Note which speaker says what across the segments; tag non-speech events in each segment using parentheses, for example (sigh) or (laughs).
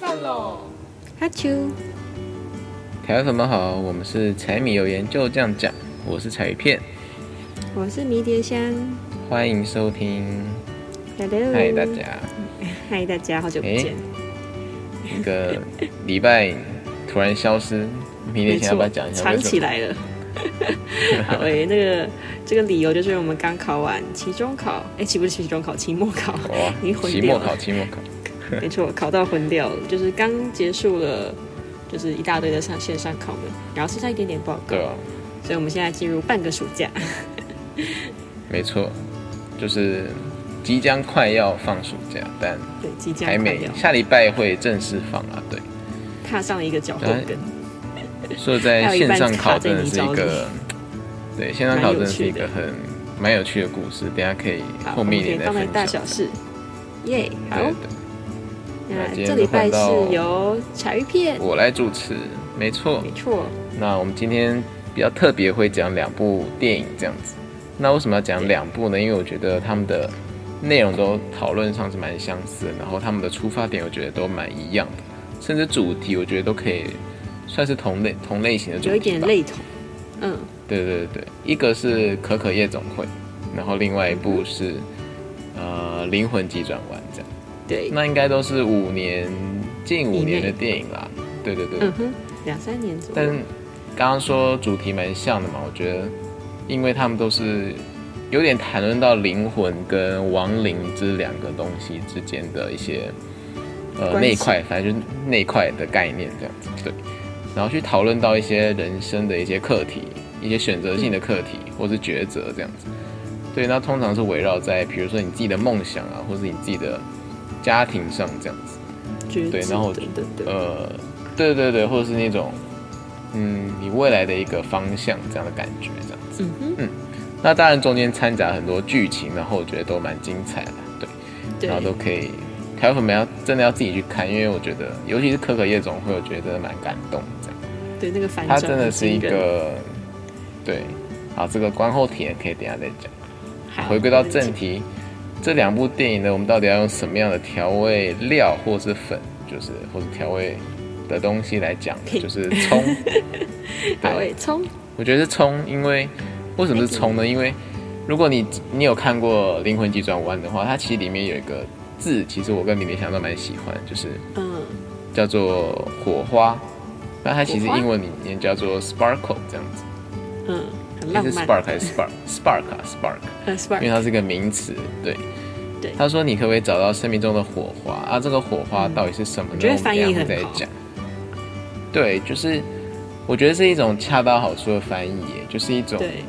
Speaker 1: 饭喽！
Speaker 2: 哈啾，
Speaker 3: 台粉们好，我们是柴米油盐就这样讲，我是柴鱼片，
Speaker 2: 我是迷迭香。
Speaker 3: 欢迎收听，
Speaker 2: Hello，
Speaker 3: 嗨大，家，
Speaker 2: 嗨大家，好久不见。
Speaker 3: 一个礼拜突然消失，明
Speaker 2: 没
Speaker 3: 天
Speaker 2: 错，
Speaker 3: 想要不要讲一下
Speaker 2: 藏
Speaker 3: 为什
Speaker 2: 起
Speaker 3: 么？
Speaker 2: 来了。 (laughs) 好诶、那个这个理由就是我们刚考完期中考，哎、期不是期中考，期末考，你
Speaker 3: 哇，哦
Speaker 2: 混
Speaker 3: 期
Speaker 2: 掉
Speaker 3: 末
Speaker 2: 了
Speaker 3: 考，期末考，
Speaker 2: (laughs) 没错，考到昏掉了，就是刚结束了，就是一大堆的上线上考的，然后剩下一点点报告
Speaker 3: 对，啊，
Speaker 2: 所以我们现在进入半个暑假， (laughs)
Speaker 3: 没错，就是即将快要放暑假，但
Speaker 2: 对，即将
Speaker 3: 还
Speaker 2: 快
Speaker 3: 没
Speaker 2: 要，
Speaker 3: 下礼拜会正式放啊，对。
Speaker 2: 踏上了一个脚后跟，
Speaker 3: 所以在线上考真的是一
Speaker 2: 还有一半卡在泥沼里
Speaker 3: 个， (laughs) 对线上考真的是一个很蛮有趣的故事，等一下可以
Speaker 2: 好，
Speaker 3: 哎后面一
Speaker 2: 我
Speaker 3: 点
Speaker 2: 们可以
Speaker 3: 再
Speaker 2: 当
Speaker 3: 分享。
Speaker 2: 成大小事，耶、好。
Speaker 3: 对对，那
Speaker 2: 那
Speaker 3: 今天
Speaker 2: 这礼
Speaker 3: 就换
Speaker 2: 拜
Speaker 3: 到
Speaker 2: 是由柴鱼片，
Speaker 3: 我来主持，没错
Speaker 2: 没。错，
Speaker 3: 那我们今天比较特别会讲两部电影这样子。那为什么要讲两部呢？因为我觉得他们的内容都讨论上是蛮相似的，然后他们的出发点我觉得都蛮一样的，甚至主题我觉得都可以算是同类同类型的主题吧。
Speaker 2: 有一点类同，嗯，
Speaker 3: 对对对，一个是可可夜总会，然后另外一部是呃灵魂急转弯这样，
Speaker 2: 对，
Speaker 3: 那应该都是五年近五年的电影啦。对对对，
Speaker 2: 嗯哼，两三年左
Speaker 3: 但
Speaker 2: 右，
Speaker 3: 刚刚说主题蛮像的嘛，我觉得，因为他们都是有点谈论到灵魂跟亡灵这两个东西之间的一些呃
Speaker 2: 关系
Speaker 3: 内块，反正就是内块的概念这样子，对。然后去讨论到一些人生的一些课题，一些选择性的课题、
Speaker 2: 嗯
Speaker 3: 或是抉择这样子。对，那通常是围绕在比如说你自己的梦想啊，或是你自己的家庭上这样子。
Speaker 2: 觉
Speaker 3: 对然后我
Speaker 2: 等等等，
Speaker 3: 呃，对对对，或者是那种，嗯，你未来的一个方向这样的感觉，这样子。
Speaker 2: 嗯哼，
Speaker 3: 那当然中间掺杂很多剧情，然后我觉得都蛮精彩的，对，
Speaker 2: 对
Speaker 3: 然，后都可以。台湾粉们要真的要自己去看，因为我觉得，尤其是可可夜总会，我觉得蛮感动的这样。
Speaker 2: 对那个反
Speaker 3: 它
Speaker 2: 转
Speaker 3: 真的
Speaker 2: 很
Speaker 3: 是一
Speaker 2: 惊人，
Speaker 3: 个，对，好，这个观后体验可以等一下再讲。
Speaker 2: 好
Speaker 3: 回归到正，题，这两部电影呢，我们到底要用什么样的调味料或是粉，就是或是调味的东西来讲呢？
Speaker 2: 品
Speaker 3: 就是
Speaker 2: (laughs)
Speaker 3: 葱。
Speaker 2: 好
Speaker 3: 对，
Speaker 2: 诶，葱，
Speaker 3: 我觉得是葱，因为为什么是葱呢？因为如果你你有看过《灵魂急转弯》的话，它其实里面有一个字，其实我跟李明祥都蛮喜欢，就是
Speaker 2: 嗯，
Speaker 3: 叫做火花。那它其实
Speaker 2: 火花
Speaker 3: 英文里面叫做 sparkle 这样子，
Speaker 2: 嗯，很
Speaker 3: 诶
Speaker 2: 浪
Speaker 3: 是
Speaker 2: 漫
Speaker 3: spark 还是 spark？spark 啊，spark。因
Speaker 2: 呃
Speaker 3: 为
Speaker 2: ，spark，
Speaker 3: 它是个名词，对。
Speaker 2: 对
Speaker 3: 他说你可不可以找到生命中的火花啊？这个火花到底是什么
Speaker 2: 嗯我
Speaker 3: 呢？
Speaker 2: 觉得
Speaker 3: 我们等一下
Speaker 2: 翻译
Speaker 3: 会
Speaker 2: 很
Speaker 3: 再
Speaker 2: 好
Speaker 3: 讲。对，就是我觉得是一种恰到好处的翻译耶，就是一种
Speaker 2: 对，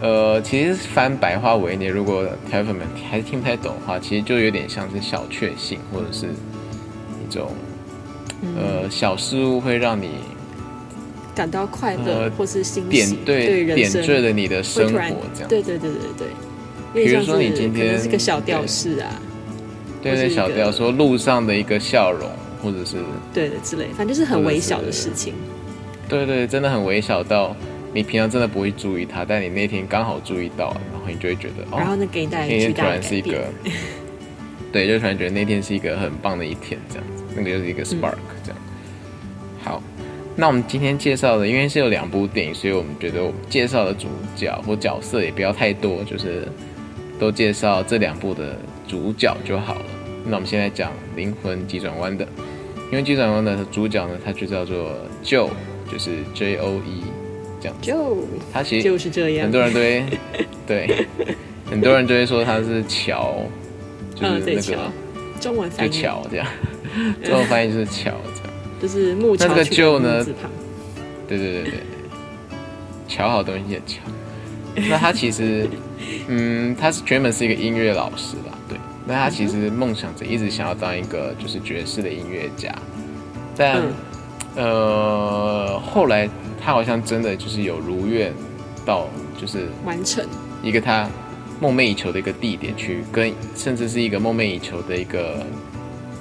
Speaker 3: 呃，其实翻白话文一点，如果台粉们还是听不太懂的话，其实就有点像是小确幸，或者是一种
Speaker 2: 嗯
Speaker 3: 呃小事物会让你
Speaker 2: 感到快乐
Speaker 3: 呃
Speaker 2: 或是欣
Speaker 3: 点
Speaker 2: 喜，
Speaker 3: 对
Speaker 2: 人
Speaker 3: 点
Speaker 2: 生
Speaker 3: 缀了你的
Speaker 2: 会
Speaker 3: 生
Speaker 2: 突
Speaker 3: 活
Speaker 2: 然，
Speaker 3: 这样。
Speaker 2: 对对对对对。
Speaker 3: 比如
Speaker 2: 有点像
Speaker 3: 说你
Speaker 2: 是
Speaker 3: 今
Speaker 2: 可能
Speaker 3: 天
Speaker 2: 是个小吊
Speaker 3: 对
Speaker 2: 饰啊，
Speaker 3: 对
Speaker 2: 或是
Speaker 3: 对，
Speaker 2: 一
Speaker 3: 小
Speaker 2: 个
Speaker 3: 调说路上的一个笑容，或者是
Speaker 2: 对的之类，反正就是很
Speaker 3: 或者
Speaker 2: 微小的
Speaker 3: 是
Speaker 2: 事情。
Speaker 3: 对对，真的很微小到你平常真的不会注意它，但你那天刚好注意到，然后你就会觉得哦，
Speaker 2: 然后呢，给你
Speaker 3: 那
Speaker 2: 带来巨
Speaker 3: 天突
Speaker 2: 大的
Speaker 3: 然是
Speaker 2: 改
Speaker 3: 一个
Speaker 2: 变。，
Speaker 3: 对，就突然觉得那天是一个很棒的一天，这样子，那个
Speaker 2: 嗯
Speaker 3: 就是一个 spark、这样。好，那我们今天介绍的，因为是有两部电影，所以我们觉得我们介绍的主角或角色也不要太多，就是都介绍这两部的主角就好了。那我们现在讲《灵魂急转弯》的，因为急转弯的主角呢，他就叫做 Joe，就是 J O E 这样子。
Speaker 2: 就
Speaker 3: 他其实
Speaker 2: 就是这样
Speaker 3: 很，多人都会，对，很多人就会说他是乔，就是
Speaker 2: 嗯，
Speaker 3: 那
Speaker 2: 对，
Speaker 3: 个、
Speaker 2: 乔，中文翻
Speaker 3: 就
Speaker 2: 译
Speaker 3: 乔这样，中文翻译就是乔这样。
Speaker 2: 就是木
Speaker 3: 那
Speaker 2: 桥
Speaker 3: 这个
Speaker 2: 区
Speaker 3: 就
Speaker 2: 的木
Speaker 3: 呢
Speaker 2: 字旁，
Speaker 3: 对对对对，对，瞧好东西的瞧。那他其实，嗯，他是原本是一个音乐老师啦，对。那他其实梦想着一直想要当一个就是爵士的音乐家，但、
Speaker 2: 嗯
Speaker 3: 呃，后来他好像真的就是有如愿到就是
Speaker 2: 完成，
Speaker 3: 一个他梦寐以求的一个地点去跟，甚至是一个梦寐以求的一个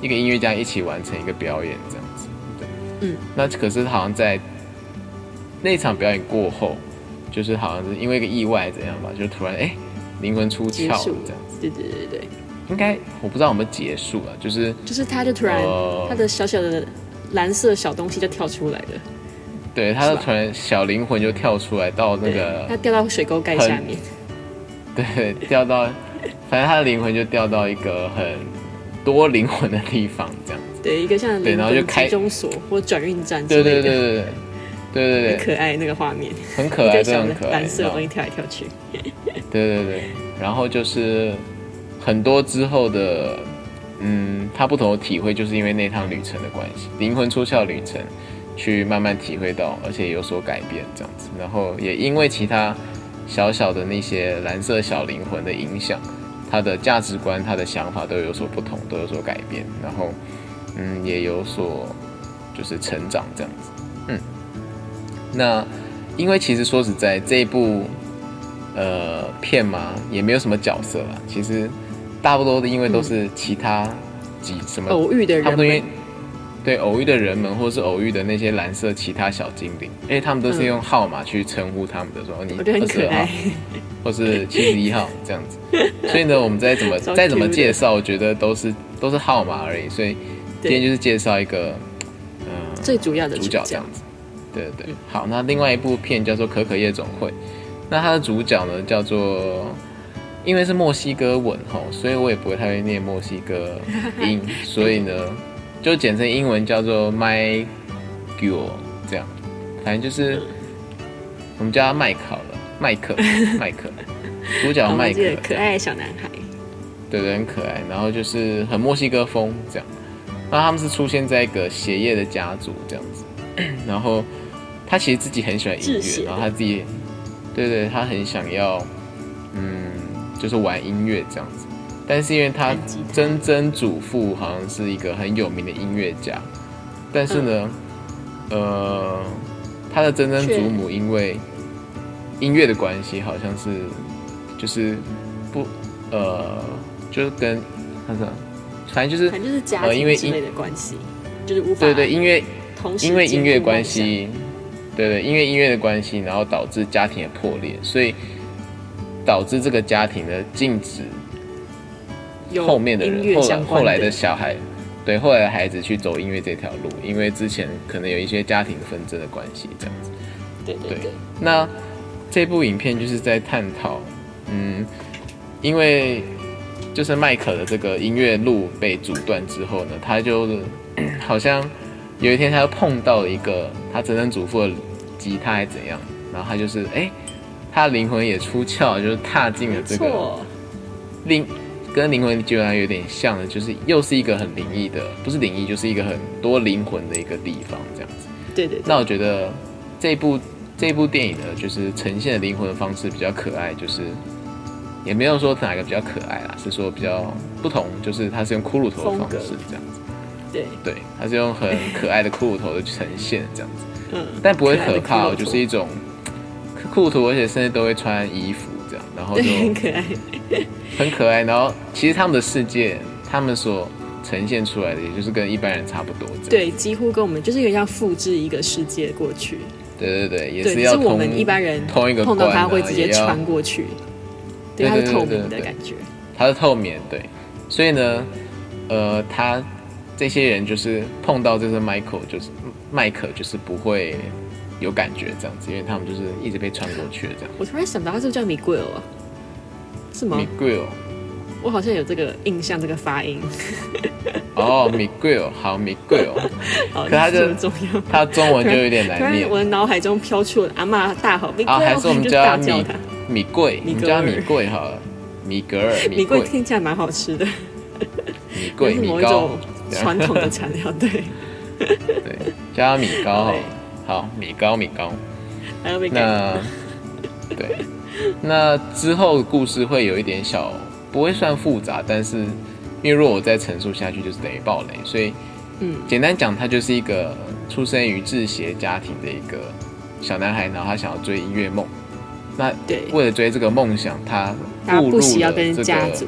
Speaker 3: 一个音乐家一起完成一个表演这样子。对，
Speaker 2: 嗯。
Speaker 3: 那可是好像在那场表演过后，就是好像是因为一个意外怎样吧，就突然哎灵魂出窍
Speaker 2: 结
Speaker 3: 了
Speaker 2: 束
Speaker 3: 这样。
Speaker 2: 对对对对对，
Speaker 3: 应该我不知道有没有结束啊，就是
Speaker 2: 就是他就突然、
Speaker 3: 呃
Speaker 2: 他的小小的蓝色小东西就跳出来了，
Speaker 3: 对，他就是
Speaker 2: 吧
Speaker 3: 突然小灵魂就跳出来到那
Speaker 2: 对，
Speaker 3: 个
Speaker 2: 他掉到水沟盖下面，
Speaker 3: (laughs) 对，掉到，反正他的灵魂就掉到一个很多灵魂的地方，这样。
Speaker 2: 对，一个像
Speaker 3: 对
Speaker 2: 灵
Speaker 3: 然后就
Speaker 2: 魂
Speaker 3: 开
Speaker 2: 集中所或转运站
Speaker 3: 对
Speaker 2: 之类的，
Speaker 3: 对对对对对对对，
Speaker 2: 很可爱那个画面，
Speaker 3: 很可
Speaker 2: 一
Speaker 3: 爱，
Speaker 2: 个
Speaker 3: 真的
Speaker 2: 小
Speaker 3: 很
Speaker 2: 的
Speaker 3: 可爱。
Speaker 2: 蓝色的
Speaker 3: 然后
Speaker 2: 东西跳来跳去，
Speaker 3: 对对对，然后就是很多之后的，嗯，他不同的体会，就是因为那趟旅程的关系，灵魂出窍旅程，去慢慢体会到，而且有所改变这样子。然后也因为其他小小的那些蓝色小灵魂的影响，他的价值观、他的想法都有所不同，都有所改变。然后，嗯，也有所就是成长这样子。嗯，那因为其实说实在，这一部呃片嘛，也没有什么角色啦。其实大多都因为都是其他几什么
Speaker 2: 偶遇的
Speaker 3: 嗯他们
Speaker 2: 人
Speaker 3: 都因为
Speaker 2: 们，
Speaker 3: 对偶遇的人们，或是偶遇的那些蓝色其他小精灵，因为他们都是用号码去称呼他们的，说哦你
Speaker 2: 嗯我觉得很
Speaker 3: 二
Speaker 2: 可
Speaker 3: 十二
Speaker 2: 爱
Speaker 3: 号，或是七十一号这样
Speaker 2: (laughs)
Speaker 3: 子。所以呢，我们再怎么
Speaker 2: 超
Speaker 3: 再怎么
Speaker 2: cute 的
Speaker 3: 介绍，我觉得都是都是号码而已。所以今天
Speaker 2: 对
Speaker 3: 就是介绍一个嗯、
Speaker 2: 最主要的
Speaker 3: 主
Speaker 2: 主
Speaker 3: 角这
Speaker 2: 角
Speaker 3: 样，子。对对对，好，那另外一部片叫做《可可夜总会》，那它的主角呢叫做，因为是墨西哥文吼，所以我也不会太会念墨西哥
Speaker 2: (laughs)
Speaker 3: 音，所以呢就简称英文叫做 My g i r l 这样，反正
Speaker 2: 嗯
Speaker 3: 就是我们叫他麦克好了，麦克
Speaker 2: (laughs)
Speaker 3: 麦克，主角
Speaker 2: 我
Speaker 3: 麦嗯
Speaker 2: 们
Speaker 3: 克
Speaker 2: 这个
Speaker 3: 这
Speaker 2: 可
Speaker 3: 样
Speaker 2: 爱的小男孩，
Speaker 3: 对对，很可爱，然后就是很墨西哥风这样。那他们是出现在一个鞋业的家族这样子， (clears throat) 然后他其实自己很喜欢音
Speaker 2: 制鞋
Speaker 3: 乐，
Speaker 2: 的
Speaker 3: 然后他自己，对对，他很想要，嗯，就是玩音乐这样子。但是因为他
Speaker 2: 弹吉他
Speaker 3: 曾曾祖父好像是一个很有名的音乐家，但是呢，呃，他的曾曾
Speaker 2: 嗯却
Speaker 3: 祖母因为音乐的关系，好像是就是不呃，就是跟他说，反正就是
Speaker 2: 反正就是家
Speaker 3: 呃因为
Speaker 2: 庭之类的关系，就是无法
Speaker 3: 对对，音乐
Speaker 2: 同时
Speaker 3: 因为音乐
Speaker 2: 兼顾
Speaker 3: 关
Speaker 2: 梦想，
Speaker 3: 系，对对，因为音乐的关系，然后导致家庭的破裂，所以导致这个家庭的禁止
Speaker 2: 有
Speaker 3: 后面的
Speaker 2: 音乐
Speaker 3: 人，后来
Speaker 2: 相关
Speaker 3: 后来的小孩，对后来的孩子去走音乐这条路，因为之前可能有一些家庭纷争的关系，这样子。
Speaker 2: 对对
Speaker 3: 对
Speaker 2: 对，
Speaker 3: 那这部影片就是在探讨，嗯，因为就是麦克的这个音乐路被阻断之后呢，他就 (clears throat) 好像有一天他就碰到了一个他曾曾祖父的吉他还怎样，然后他就是哎、他的灵魂也出窍，就是踏进了
Speaker 2: 没
Speaker 3: 这个
Speaker 2: 错，
Speaker 3: 灵跟灵魂居然有点像的，就是又是一个很灵异的，不是灵异，就是一个很多灵魂的一个地方这样子。
Speaker 2: 对对对，
Speaker 3: 那我觉得这部这部电影呢，就是呈现的灵魂的方式比较可爱，就是也没有说哪个比较可爱啦，是说比较不同，就是它是用骷髅头的
Speaker 2: 风
Speaker 3: 方
Speaker 2: 格
Speaker 3: 式这样子，
Speaker 2: 对，
Speaker 3: 对，它是用很可爱的骷髅头的呈现这样子，
Speaker 2: 嗯，
Speaker 3: 但不会
Speaker 2: 可爱的
Speaker 3: 可怕
Speaker 2: 骷
Speaker 3: 哦，
Speaker 2: 髅头
Speaker 3: 就是一种骷髅头，而且甚至都会穿衣服这样，然后就
Speaker 2: 对，很可爱，
Speaker 3: 很可爱。然后其实他们的世界，他们所呈现出来的，也就是跟一般人差不多这样。
Speaker 2: 对，几乎跟我们就是有点像复制一个世界过去，
Speaker 3: 对对对，也
Speaker 2: 对，
Speaker 3: 是
Speaker 2: 只是
Speaker 3: 要
Speaker 2: 我们
Speaker 3: 通
Speaker 2: 一般人
Speaker 3: 通一个
Speaker 2: 碰到
Speaker 3: 关
Speaker 2: 它
Speaker 3: 啊
Speaker 2: 会直
Speaker 3: 也
Speaker 2: 接
Speaker 3: 要
Speaker 2: 穿过去，对，
Speaker 3: 对
Speaker 2: 它
Speaker 3: 对
Speaker 2: 是
Speaker 3: 对
Speaker 2: 透明
Speaker 3: 对
Speaker 2: 的
Speaker 3: 对
Speaker 2: 感觉，
Speaker 3: 它是透明的，对，所以呢，呃，他这些人就是碰到这只 Michael，就是麦克，就是不会有感觉这样子，因为他们就是一直被穿过去的这样。
Speaker 2: 我突然想到，它是不是叫米贵尔啊？是吗？
Speaker 3: Miguel，
Speaker 2: 我好像有这个印象，这个发音。
Speaker 3: 哦，Miguel，好，Miguel，
Speaker 2: 好，
Speaker 3: 可它就
Speaker 2: 这么重
Speaker 3: (laughs)
Speaker 2: 要。
Speaker 3: 他中文就有点
Speaker 2: (laughs) 突
Speaker 3: 难
Speaker 2: 然，
Speaker 3: 念
Speaker 2: 我。的脑海中飘出了阿嬷大吼：“米贵哦
Speaker 3: 啊，
Speaker 2: 尔！”
Speaker 3: 还是我们
Speaker 2: 就
Speaker 3: 叫他
Speaker 2: 大叫
Speaker 3: 米
Speaker 2: 他。
Speaker 3: 米贵，我
Speaker 2: 米
Speaker 3: 们
Speaker 2: 格
Speaker 3: 叫他
Speaker 2: 尔
Speaker 3: 米贵好了。米格尔，
Speaker 2: 米
Speaker 3: 米
Speaker 2: 贵
Speaker 3: 贵
Speaker 2: 尔，听起来蛮好吃的，
Speaker 3: 米
Speaker 2: (laughs) 就
Speaker 3: 贵，
Speaker 2: 是某
Speaker 3: 米
Speaker 2: 一
Speaker 3: 高
Speaker 2: 种，
Speaker 3: 对
Speaker 2: 传统的材料。对，
Speaker 3: 对，叫他米高好了
Speaker 2: (laughs) 对，
Speaker 3: 好，米高，米高。
Speaker 2: 还有被改。
Speaker 3: 那对，那之后的故事会有一点小，不会算复杂，但是因为如果我再陈述下去，就是等于暴雷，所以
Speaker 2: 嗯，
Speaker 3: 简单讲，他就是一个出生于制鞋家庭的一个小男孩，然后他想要追音乐梦，那
Speaker 2: 对
Speaker 3: 为了追这个梦想，他
Speaker 2: 他
Speaker 3: 误入
Speaker 2: 不惜要
Speaker 3: 了
Speaker 2: 跟
Speaker 3: 这
Speaker 2: 家
Speaker 3: 个
Speaker 2: 族，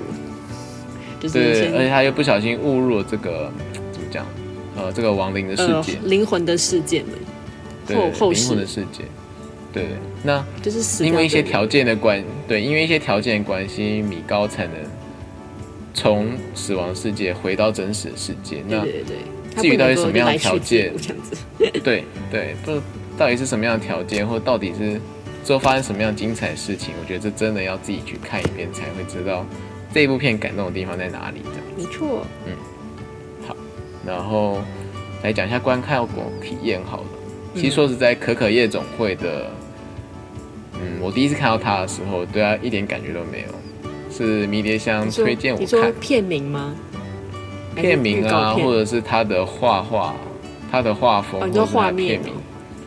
Speaker 2: 就是
Speaker 3: 对，哎而且
Speaker 2: 先
Speaker 3: 他又不小心误入了这个怎么讲，呃，这个亡灵的世
Speaker 2: 呃
Speaker 3: 界，
Speaker 2: 灵魂的世界们，
Speaker 3: 对，
Speaker 2: 呃后后
Speaker 3: 灵魂
Speaker 2: 世
Speaker 3: 的世界，对，那。
Speaker 2: 就是死掉
Speaker 3: 因为一些
Speaker 2: 的人
Speaker 3: 条件的关，对，因为一些条件的关系，米高才能从死亡世界回到真实世界。
Speaker 2: 对
Speaker 3: 那
Speaker 2: 对对，
Speaker 3: 啊
Speaker 2: 他
Speaker 3: 至于
Speaker 2: 不
Speaker 3: 到底
Speaker 2: 能
Speaker 3: 什
Speaker 2: 够
Speaker 3: 么样的
Speaker 2: 来去
Speaker 3: 条
Speaker 2: 自
Speaker 3: 件
Speaker 2: 如这样子。
Speaker 3: 对对，不到底是什么样的条件，或到底是之后发生什么样的精彩事情，我觉得这真的要自己去看一遍才会知道这一部片感动的地方在哪里这样
Speaker 2: 没错，
Speaker 3: 然后来讲一下观看我体验好了。
Speaker 2: 嗯
Speaker 3: 其实说实在，可可夜总会的，嗯，我第一次看到它的时候，对它一点感觉都没有。是迷迭香
Speaker 2: 你说
Speaker 3: 推荐我
Speaker 2: 你说
Speaker 3: 看
Speaker 2: 片名吗？还是
Speaker 3: 片名
Speaker 2: 预告
Speaker 3: 啊，
Speaker 2: 片
Speaker 3: 或者是它的画画、它的画风，
Speaker 2: 哦
Speaker 3: 或
Speaker 2: 你
Speaker 3: 者
Speaker 2: 说
Speaker 3: 是它
Speaker 2: 画
Speaker 3: 的片
Speaker 2: 面
Speaker 3: 名，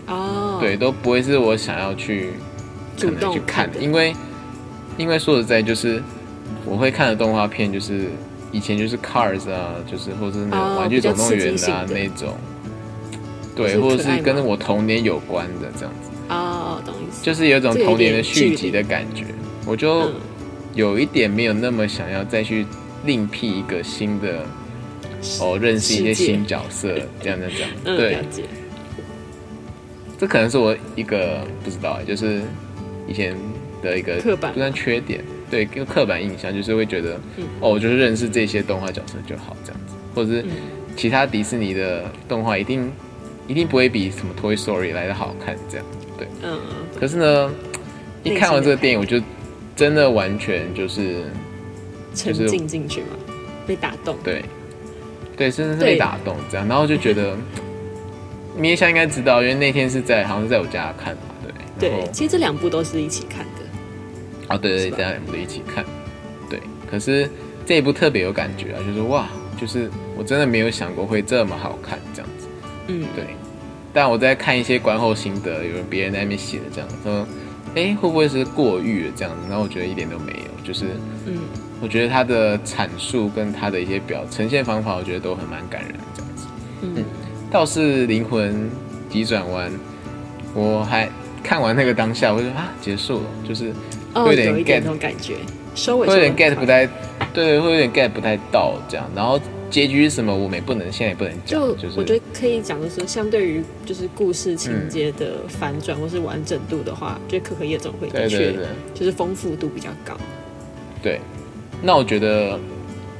Speaker 2: 哦，
Speaker 3: 对，都不会是我想要去可
Speaker 2: 主
Speaker 3: 能
Speaker 2: 动
Speaker 3: 去看
Speaker 2: 的
Speaker 3: 的，因为因为说实在，就是我会看的动画片，就是以前就是 Cars 啊，就是或是那种
Speaker 2: 哦
Speaker 3: 玩具总动员
Speaker 2: 比较刺激性
Speaker 3: 啊
Speaker 2: 的
Speaker 3: 那种，
Speaker 2: 是
Speaker 3: 对，
Speaker 2: 可爱
Speaker 3: 或者是跟
Speaker 2: 吗
Speaker 3: 我童年有关的这样子，
Speaker 2: 哦，懂意思，
Speaker 3: 就是有一种
Speaker 2: 这有
Speaker 3: 童年
Speaker 2: 点
Speaker 3: 的续
Speaker 2: 距
Speaker 3: 集
Speaker 2: 离
Speaker 3: 的感觉，我就
Speaker 2: 嗯
Speaker 3: 有一点没有那么想要再去另辟一个新的。哦，认识一些
Speaker 2: 世界
Speaker 3: 新角色，这样这样这样，
Speaker 2: 嗯，
Speaker 3: 对
Speaker 2: 了，解，
Speaker 3: 这可能是我一个不知道欸，就是以前的一个
Speaker 2: 刻板
Speaker 3: 不算缺点，对，跟刻板印象就是会觉得，
Speaker 2: 嗯
Speaker 3: 哦，我就是认识这些动画角色就好这样子，或者是
Speaker 2: 嗯
Speaker 3: 其他迪士尼的动画一定一定不会比什么 Toy Story 来的好看这样。
Speaker 2: 嗯，
Speaker 3: 可是呢，一
Speaker 2: 内
Speaker 3: 看完这
Speaker 2: 心的
Speaker 3: 个电影，
Speaker 2: 开
Speaker 3: 我就真的完全就是
Speaker 2: 沉
Speaker 3: 就是
Speaker 2: 浸进去嘛，被打动，
Speaker 3: 对，对，甚至是
Speaker 2: 对
Speaker 3: 被打动这样，然后就觉得米夏应该知道，因为那天是在好像是在我家看嘛，对，然
Speaker 2: 对
Speaker 3: 后，
Speaker 2: 其实这两部都是一起看的，
Speaker 3: 哦，对对
Speaker 2: 是
Speaker 3: 对，
Speaker 2: 吧
Speaker 3: 这样我们就一起看。对，可是这一部特别有感觉啊，就是哇，就是我真的没有想过会这么好看这样子。
Speaker 2: 嗯，
Speaker 3: 对，但我在看一些观后心得，有人别人在那边写的这样说，哎，会不会是过誉了这样子？然后我觉得一点都没有，就是
Speaker 2: 嗯，
Speaker 3: 我觉得他的阐述跟他的一些表呈现方法，我觉得都很蛮感人的这样子。
Speaker 2: 嗯，
Speaker 3: 倒是灵魂急转弯，我还看完那个当下，我就说啊，结束了，就是。
Speaker 2: 哦，
Speaker 3: 有
Speaker 2: 有
Speaker 3: 点
Speaker 2: 一点
Speaker 3: get-
Speaker 2: 那种感觉，收尾
Speaker 3: 会有点
Speaker 2: 收得
Speaker 3: get
Speaker 2: 很
Speaker 3: 不
Speaker 2: 快，
Speaker 3: 太，对，会有点 get 不太到这样。然后结局是什么，我们也不能现在也不能讲，
Speaker 2: 就
Speaker 3: 就是
Speaker 2: 我觉得可以讲的说，相对于就是故事情节的反转或是完整度的话，就可可夜总会
Speaker 3: 对
Speaker 2: 的
Speaker 3: 对
Speaker 2: 确
Speaker 3: 对
Speaker 2: 就是丰富度比较高，
Speaker 3: 对。那我觉得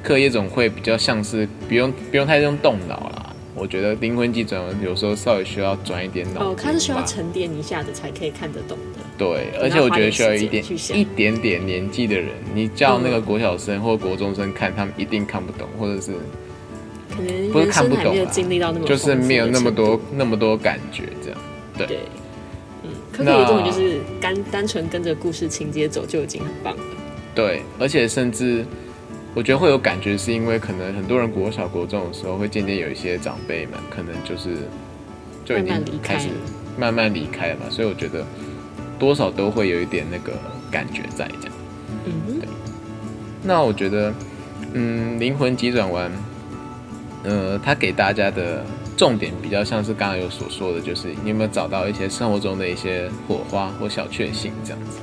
Speaker 3: 课业总会比较像是不用不用太用动脑啦。我觉得灵魂急转弯有时候稍微需要转一点脑筋吧。
Speaker 2: 哦，它是需要沉淀一下子才可以看得懂的，
Speaker 3: 对，
Speaker 2: 要
Speaker 3: 而且我觉得需要
Speaker 2: 花点
Speaker 3: 一
Speaker 2: 时
Speaker 3: 点
Speaker 2: 间去想
Speaker 3: 一点点年纪的人，你叫那个
Speaker 2: 嗯
Speaker 3: 国小生或国中生看，他们一定看不懂，或者是
Speaker 2: 可能
Speaker 3: 不是
Speaker 2: 人
Speaker 3: 看
Speaker 2: 生
Speaker 3: 不
Speaker 2: 还没
Speaker 3: 懂
Speaker 2: 有
Speaker 3: 啦
Speaker 2: 经历到那么
Speaker 3: 就是
Speaker 2: 丰富
Speaker 3: 没有
Speaker 2: 的
Speaker 3: 那么
Speaker 2: 程度
Speaker 3: 多那么多感觉这样。
Speaker 2: 对，嗯，可可夜总会就是单单纯跟着故事情节走就已经很棒了。
Speaker 3: 对，而且甚至我觉得会有感觉，是因为可能很多人国小国中的时候，会渐渐有一些长辈们可能就是就已
Speaker 2: 慢慢
Speaker 3: 经
Speaker 2: 离
Speaker 3: 开
Speaker 2: 开
Speaker 3: 始慢慢离开了嘛，所以我觉得多少都会有一点那个感觉在这样。
Speaker 2: 嗯哼，
Speaker 3: 那我觉得，嗯，灵魂急转弯，呃，它给大家的重点比较像是刚刚有所说的，就是你有没有找到一些生活中的一些火花或小确幸这样子。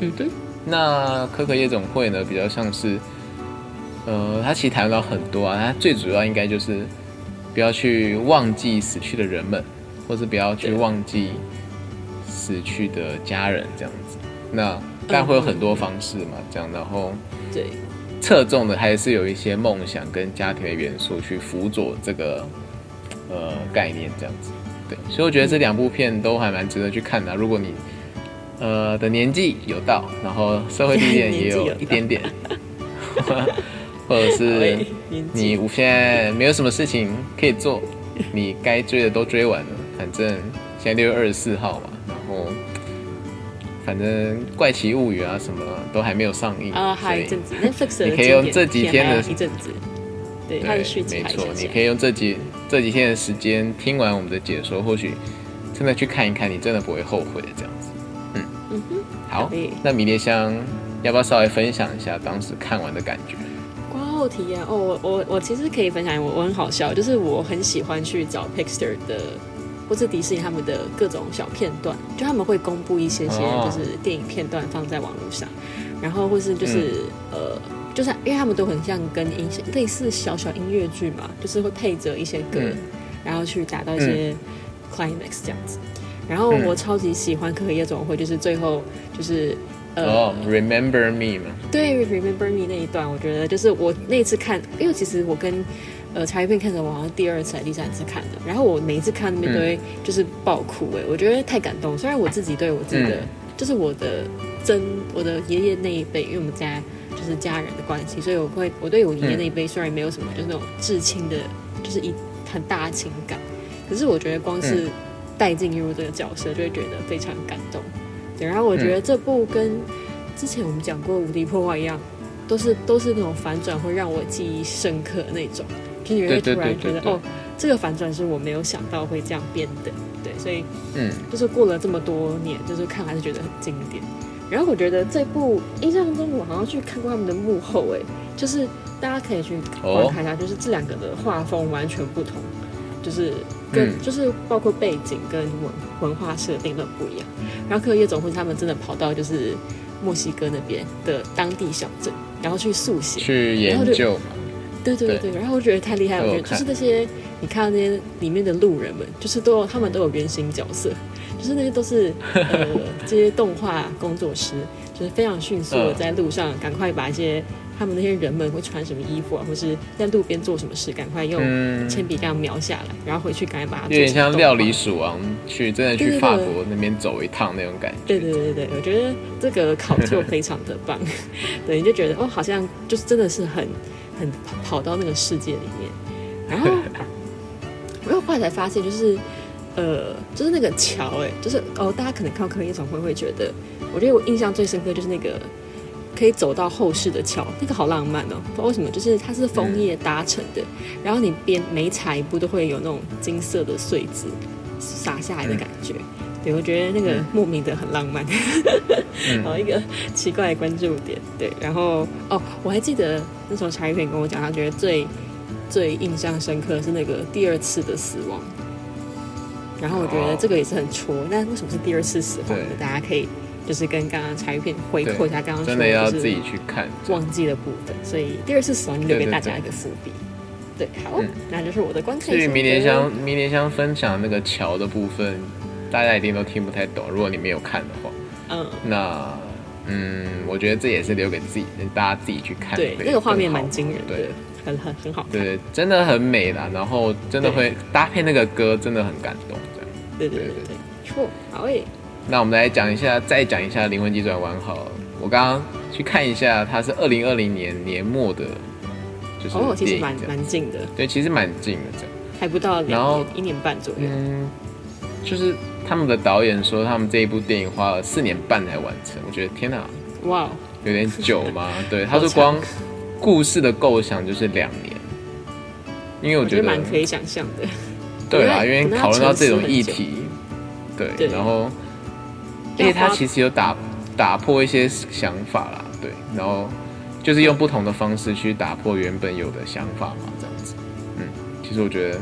Speaker 2: 嗯哼，
Speaker 3: 那可可夜总会呢，比较像是，呃，它其实谈到很多啊，它最主要应该就是不要去忘记死去的人们，或是不要去
Speaker 2: 对
Speaker 3: 忘记死去的家人这样子。那但会有很多方式嘛，这样，然后
Speaker 2: 对，
Speaker 3: 侧重的还是有一些梦想跟家庭的元素去辅佐这个呃概念这样子。对，所以我觉得这两部片都还蛮值得去看的啊、如果你呃的年纪有到，然后社会历练也
Speaker 2: 年纪有
Speaker 3: 有
Speaker 2: 到
Speaker 3: 一点点， (laughs) 或者是
Speaker 2: 喂哎年纪
Speaker 3: 你现在没有什么事情可以做，你该追的都追完了，反正现在六月二十四号嘛，然后。反正《怪奇物语》啊，什么都还没有上映
Speaker 2: 啊，还有一
Speaker 3: 所以
Speaker 2: 阵子 Netflix 的
Speaker 3: 嗯你可以
Speaker 2: 经典
Speaker 3: 用这几
Speaker 2: 片
Speaker 3: 天的
Speaker 2: 还有一阵子，对，它
Speaker 3: 对，
Speaker 2: 的续集
Speaker 3: 没
Speaker 2: 还
Speaker 3: 错，你可
Speaker 2: 以
Speaker 3: 以用这几这几天的时间听完我们的解说，或许真的去看一看，你真的不会后悔的这样子。嗯
Speaker 2: 嗯哼，
Speaker 3: 好
Speaker 2: 可以，
Speaker 3: 那迷迭香要不要稍微分享一下当时看完的感觉？
Speaker 2: 观后体验哦，我我我其实可以分享，我我很好笑，就是我很喜欢去找 Pixar 的或是迪士尼他们的各种小片段，就他们会公布一些些
Speaker 3: 哦
Speaker 2: 就是电影片段放在网络上，然后或是就是、
Speaker 3: 嗯
Speaker 2: 呃，就是因为他们都很像跟音响类似小小音乐剧嘛，就是会配着一些歌，
Speaker 3: 嗯
Speaker 2: 然后去达到一些 climax 这样子。然后
Speaker 3: 嗯
Speaker 2: 我超级喜欢可可夜总会，就是最后就是
Speaker 3: 哦、r e m e m b e r Me 嘛，
Speaker 2: 对《Remember Me》那一段，我觉得就是我那次看，因为其实我跟呃茶叶片看的，我好像第二次、还是第三次看的。然后我每一次看那边都会就是爆哭哎、我觉得太感动。虽然我自己对我自己的，
Speaker 3: 嗯
Speaker 2: 就是我的真我的爷爷那一辈，因为我们家就是家人的关系，所以我会我对我爷爷那一辈虽然没有什么就是那种至亲的，就是一很大的情感，可是我觉得光
Speaker 3: 嗯
Speaker 2: 是带进入这个角色，就会觉得非常感动。对，然后我
Speaker 3: 嗯
Speaker 2: 觉得这部跟之前我们讲过《无敌破坏》一样，都是都是那种反转会让我记忆深刻的那种，就你会
Speaker 3: 对对
Speaker 2: 突然
Speaker 3: 对
Speaker 2: 觉
Speaker 3: 对
Speaker 2: 得
Speaker 3: 对
Speaker 2: 哦，这个反转是我没有想到会这样变的，对，所以
Speaker 3: 嗯
Speaker 2: 就是过了这么多年，就是看还是觉得很经典。然后我觉得这部印象中我好像去看过他们的幕后，哎，就是大家可以去观看一下，就是这两个的画风完全不同，就是跟、
Speaker 3: 嗯
Speaker 2: 就是包括背景跟文文化设定都不一样。然后可有夜总会他们真的跑到就是墨西哥那边的当地小镇，然后去速写，
Speaker 3: 去研究
Speaker 2: 哦
Speaker 3: 嘛，
Speaker 2: 对对对，然后我觉得太厉害了，
Speaker 3: 都
Speaker 2: 我
Speaker 3: 有
Speaker 2: 觉得
Speaker 3: 看
Speaker 2: 就是那些你看到那些里面的路人们，就是都有他们都有原型角色，就是那些都是
Speaker 3: (laughs)
Speaker 2: 呃这些动画工作师，就是非常迅速的
Speaker 3: 嗯
Speaker 2: 在路上赶快把一些他们那些人们会穿什么衣服啊，或是在路边做什么事，赶快用
Speaker 3: 嗯，
Speaker 2: 铅笔这样描下来，然后回去赶快把它
Speaker 3: 有
Speaker 2: 做成
Speaker 3: 点像
Speaker 2: 动
Speaker 3: 料
Speaker 2: 画
Speaker 3: 理鼠王去真的
Speaker 2: 对
Speaker 3: 去
Speaker 2: 对
Speaker 3: 法
Speaker 2: 对
Speaker 3: 国那边走一趟那种感觉，
Speaker 2: 对对对对，对我觉得这个考究非常的
Speaker 3: (laughs)
Speaker 2: 棒，对，你就觉得哦，好像就是真的是很很跑到那个世界里面，然后我又后来才发现，就是呃，就是那个桥，哎，就是哦，大家可能看到科夜总会会觉得，我觉得我印象最深刻就是那个可以走到后世的桥，那个好浪漫哦，不知道为什么，就是它是枫叶搭成的，然后你边每踩一步都会有那种金色的碎纸洒下来的感觉。对，我觉得那个
Speaker 3: 嗯
Speaker 2: 莫名的很浪漫，
Speaker 3: 嗯
Speaker 2: 然后一个 (laughs) 奇怪的关注点。对，然后哦，我还记得那时候茶叶片跟我讲，他觉得最最印象深刻的是那个第二次的死亡。然后我觉得
Speaker 3: 哦
Speaker 2: 这个也是很戳，那为什么是第二次死亡呢
Speaker 3: 对？
Speaker 2: 大家可以就是跟刚刚茶叶片回
Speaker 3: 对
Speaker 2: 扣一下刚刚说
Speaker 3: 真
Speaker 2: 的
Speaker 3: 的要
Speaker 2: 就是
Speaker 3: 自己去看，
Speaker 2: 忘记的部分，所以第二次死亡就留给大家一个伏笔。对，好，
Speaker 3: 嗯
Speaker 2: 那就是我的观看
Speaker 3: 至于
Speaker 2: 心
Speaker 3: 迷迭
Speaker 2: 得
Speaker 3: 香，。迷迭香分享那个桥的部分，大家一定都听不太懂。如果你没有看的话，
Speaker 2: 嗯，
Speaker 3: 那嗯，我觉得这也是留给自己，大家自己去看会
Speaker 2: 对
Speaker 3: 更，好。
Speaker 2: 那个画面蛮惊人的
Speaker 3: 对，
Speaker 2: 很很很好看。
Speaker 3: 对对，真的很美啦。然后真的会搭配那个歌，真的很感动。这样，
Speaker 2: 对对对
Speaker 3: 对
Speaker 2: 对，错，好诶，
Speaker 3: 那我们来讲一下，再讲一下《灵魂急转弯》好了。我刚刚去看一下，它是二零二零年年末的，就是
Speaker 2: 哦，其
Speaker 3: 电
Speaker 2: 实
Speaker 3: 影
Speaker 2: 蛮
Speaker 3: 这样。
Speaker 2: 蛮近的，
Speaker 3: 对，其实蛮近的这样。
Speaker 2: 还不到
Speaker 3: 然
Speaker 2: 两
Speaker 3: 后
Speaker 2: 年一年半左右。
Speaker 3: 嗯，就是他们的导演说，他们这一部电影花了四年半才完成。我觉得天哪，
Speaker 2: 哇哦，
Speaker 3: 有点久
Speaker 2: (laughs)
Speaker 3: 吗？对，他
Speaker 2: 好
Speaker 3: 说
Speaker 2: 长
Speaker 3: 光故事的构想就是两年，因为我
Speaker 2: 我
Speaker 3: 觉
Speaker 2: 觉得
Speaker 3: 得
Speaker 2: 蛮可以想象的。
Speaker 3: 对啦，因为
Speaker 2: 可能要
Speaker 3: 讨论到
Speaker 2: 沉
Speaker 3: 这
Speaker 2: 思
Speaker 3: 种
Speaker 2: 很
Speaker 3: 议
Speaker 2: 久
Speaker 3: 题，
Speaker 2: 对
Speaker 3: 对，然后因为他其实有打打破一些想法啦，对，然后就是用不同的方式去打破原本有的想法嘛，这样子，嗯，其实我觉得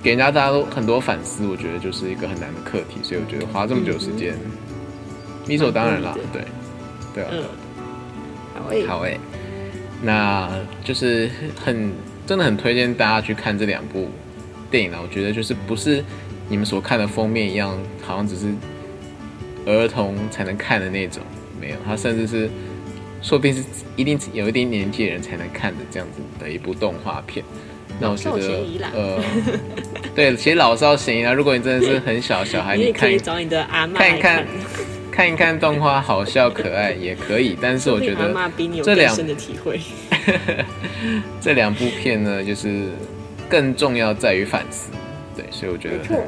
Speaker 3: 给人家大家都很多反思，我觉得就是一个很难的课题，所以我觉得花这么久时间，理所当然啦
Speaker 2: 蛮不易，
Speaker 3: 嗯对，对啊，
Speaker 2: 嗯，好诶，
Speaker 3: 好诶、欸那就是很真的很推荐大家去看这两部电影啦。我觉得就是不是你们所看的封面一样，好像只是儿童才能看的那种，没有，它甚至是说不定是一定有一定年纪的人才能看的这样子的一部动画片。那我觉
Speaker 2: 老少
Speaker 3: 得
Speaker 2: 咸宜啦，
Speaker 3: 呃，对，其实老少咸宜啦。如果你真的是很小小孩，
Speaker 2: (laughs) 你
Speaker 3: 你
Speaker 2: 也可
Speaker 3: 看一
Speaker 2: 以找你的阿妈
Speaker 3: 看
Speaker 2: 来
Speaker 3: 一看，看一看动画，好笑可爱也可以。但是我觉
Speaker 2: 阿
Speaker 3: 得
Speaker 2: 妈比你有
Speaker 3: 这
Speaker 2: 更
Speaker 3: 两
Speaker 2: 深的体会。
Speaker 3: 这两部片呢，就是更重要在于反思，对，所以我觉得
Speaker 2: 没错
Speaker 3: 很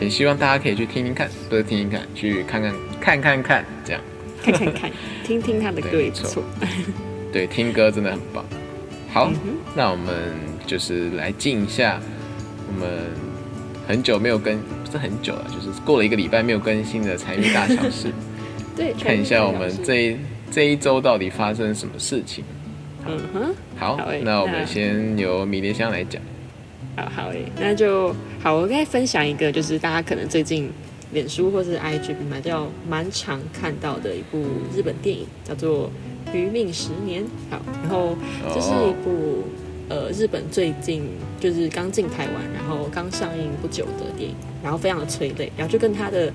Speaker 3: 很希望大家可以去听听看，不是听听看，去看看看看看，这样
Speaker 2: 看看看，听听他的歌
Speaker 3: 对没
Speaker 2: 也不
Speaker 3: 错
Speaker 2: 错。
Speaker 3: 对，听歌真的很棒。好，那我们就是来进一下我们很久没有更，不是很久了，就是过了一个礼拜没有更新的财运大小 (laughs) 事，
Speaker 2: 对，
Speaker 3: 看一下我
Speaker 2: 传
Speaker 3: 们
Speaker 2: 递
Speaker 3: 这一这一周到底发生什么事情。
Speaker 2: 嗯哼。
Speaker 3: 好，
Speaker 2: 好诶
Speaker 3: 那我们
Speaker 2: 那
Speaker 3: 先由迷迭香来讲。
Speaker 2: 好好诶，那就好。我再分享一个，就是大家可能最近脸书或是 IG 蛮较蛮常看到的一部日本电影，叫做《余命十年》。好，然后这是一部、呃日本最近就是刚进台湾，然后刚上映不久的电影，然后非常的催泪，然后就跟它的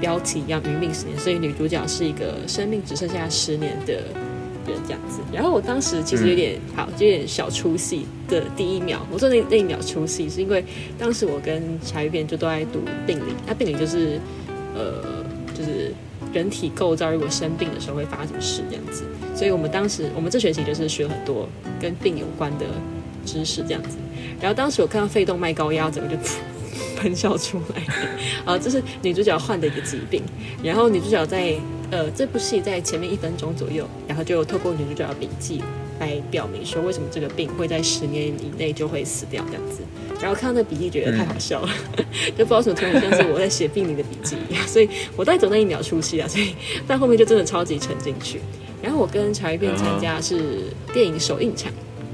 Speaker 2: 标题一样“余命十年”，所以女主角是一个生命只剩下十年的人这样子。然后我当时其实有点、好，就有点小出戏的第一秒，我说那那一秒出戏是因为当时我跟柴玉变就都在读病理，那病理就是呃就是人体构造，如果生病的时候会发生什么事这样子。所以我们当时我们这学期就是学很多跟病有关的知识这样子。然后当时我看到肺动脉高压，整个就 (laughs) 喷笑出来。啊，这是女主角患的一个疾病。然后女主角在呃这部戏在前面一分钟左右，然后就透过女主角的笔记来表明说为什么这个病会在十年以内就会死掉这样子。然后看到那笔记觉得太好笑了， (laughs) 就不知道为什么突然像是我在写病理的笔记一样，所以我带走那一秒出戏啊，所以但后面就真的超级沉进去。然后我跟茶余便参加是电影首映场，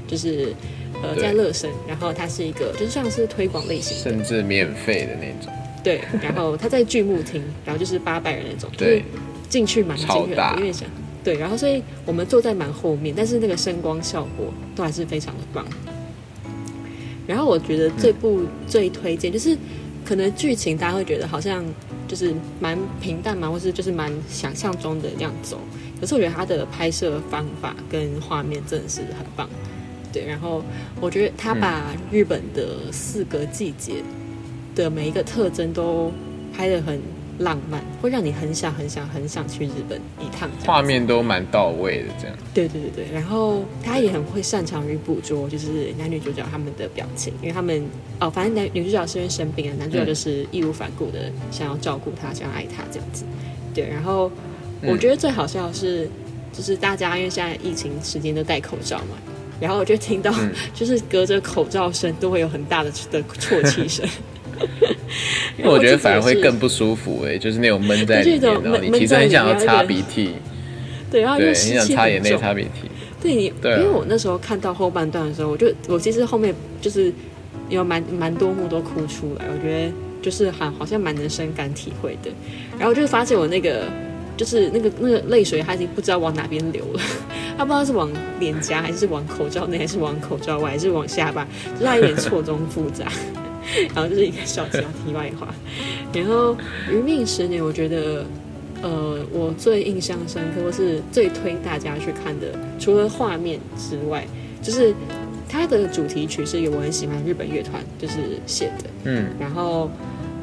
Speaker 2: 就是呃
Speaker 3: 对
Speaker 2: 在乐生，然后它是一个就是像是推广类型的，
Speaker 3: 甚至免费的那种，
Speaker 2: 对，然后他在剧目厅，然后就是八百人那种，
Speaker 3: 对，，
Speaker 2: 进去蛮
Speaker 3: 超
Speaker 2: 惊人
Speaker 3: 大
Speaker 2: 的，因为想对，然后所以我们坐在蛮后面，但是那个声光效果都还是非常的棒。然后我觉得这
Speaker 3: 嗯
Speaker 2: 部最推荐就是，可能剧情大家会觉得好像就是蛮平淡嘛，或是就是蛮想象中的那样走。可是我觉得它的拍摄方法跟画面真的是很棒，对。然后我觉得他把日本的四个季节的每一个特征都拍得很浪漫，会让你很想很想很想去日本一趟这样子。
Speaker 3: 画面都蛮到位的，这样
Speaker 2: 对对对对，然后他也很会擅长于捕捉，就是男女主角他们的表情，因为他们哦，反正男女主角是因为生病啊了，男
Speaker 3: 嗯
Speaker 2: 主角就是义无反顾的想要照顾她，想要爱她这样子。对，然后
Speaker 3: 嗯
Speaker 2: 我觉得最好笑的是，就是大家因为现在疫情时间都戴口罩嘛，然后我就听到
Speaker 3: 嗯
Speaker 2: (laughs) 就是隔着口罩声都会有很大的的啜泣声。 (laughs)
Speaker 3: 因为我觉得反而会
Speaker 2: 然后这个是
Speaker 3: 更不舒服哎、就是那种闷在里面，
Speaker 2: 就是一种
Speaker 3: 然后你
Speaker 2: 闷
Speaker 3: 其实很想要擦
Speaker 2: 闷在里
Speaker 3: 鼻涕，
Speaker 2: 对，然后
Speaker 3: 对，
Speaker 2: 啊又
Speaker 3: 很
Speaker 2: 湿
Speaker 3: 想
Speaker 2: 气
Speaker 3: 擦
Speaker 2: 很
Speaker 3: 眼泪、
Speaker 2: 重
Speaker 3: 擦鼻涕，
Speaker 2: 对你，
Speaker 3: 对啊
Speaker 2: 因为我那时候看到后半段的时候，我就我其实后面就是有蛮蛮多幕都哭出来，我觉得就是好好像蛮能深感体会的。然后我就发现我那个就是那个那个泪水，它已经不知道往哪边流了， (laughs) 它不知道是往脸颊还是往口罩内，还是往口罩外，还是往下巴，就是它有点错综复杂。 (laughs) 然后就是一个小小题外话，然后《余命十年》，我觉得呃，我最印象深刻，或是最推大家去看的，除了画面之外，就是它的主题曲是有我很喜欢日本乐团就是写的，
Speaker 3: 嗯，
Speaker 2: 然后，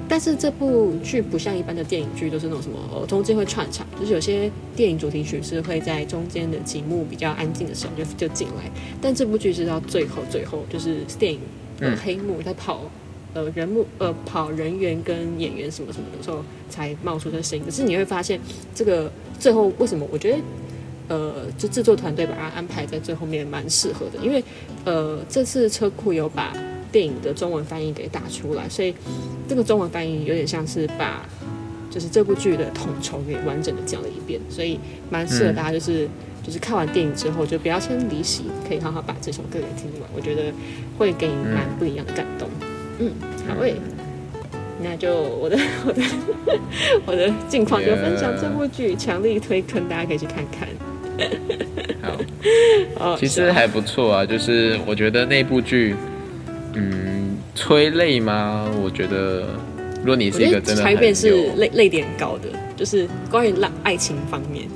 Speaker 2: 但是这部剧不像一般的电影剧，都是那种什么哦中间会串场，就是有些电影主题曲是会在中间的几幕比较安静的时候就就进来，但这部剧是到最后最后就是电影、呃
Speaker 3: 嗯
Speaker 2: 黑幕在跑。呃，人幕呃跑人员跟演员什么什么的时候才冒出这声音，可是你会发现这个最后为什么？我觉得呃，就制作团队把它安排在最后面蛮适合的，因为呃这次车库有把电影的中文翻译给打出来，所以这个中文翻译有点像是把就是这部剧的统筹给完整的讲了一遍，所以蛮适合大家就是、就是看完电影之后就不要先离席，可以好好把这首歌给听完，我觉得会给你蛮不一样的感动。嗯，好诶、那就我的 (laughs) 我的我的近况就分享这部剧，强力推坑，大家可以去看看。
Speaker 3: 好。
Speaker 2: (laughs) 哦，
Speaker 3: 其
Speaker 2: 是
Speaker 3: 实
Speaker 2: 啊
Speaker 3: 还不错啊，就是我觉得那部剧，嗯，催泪吗？我觉得，如果你
Speaker 2: 我
Speaker 3: 是一
Speaker 2: 觉
Speaker 3: 个
Speaker 2: 得
Speaker 3: 真的
Speaker 2: 柴
Speaker 3: 很
Speaker 2: 变是
Speaker 3: 有
Speaker 2: 泪泪点高的，就是关于浪爱情方面，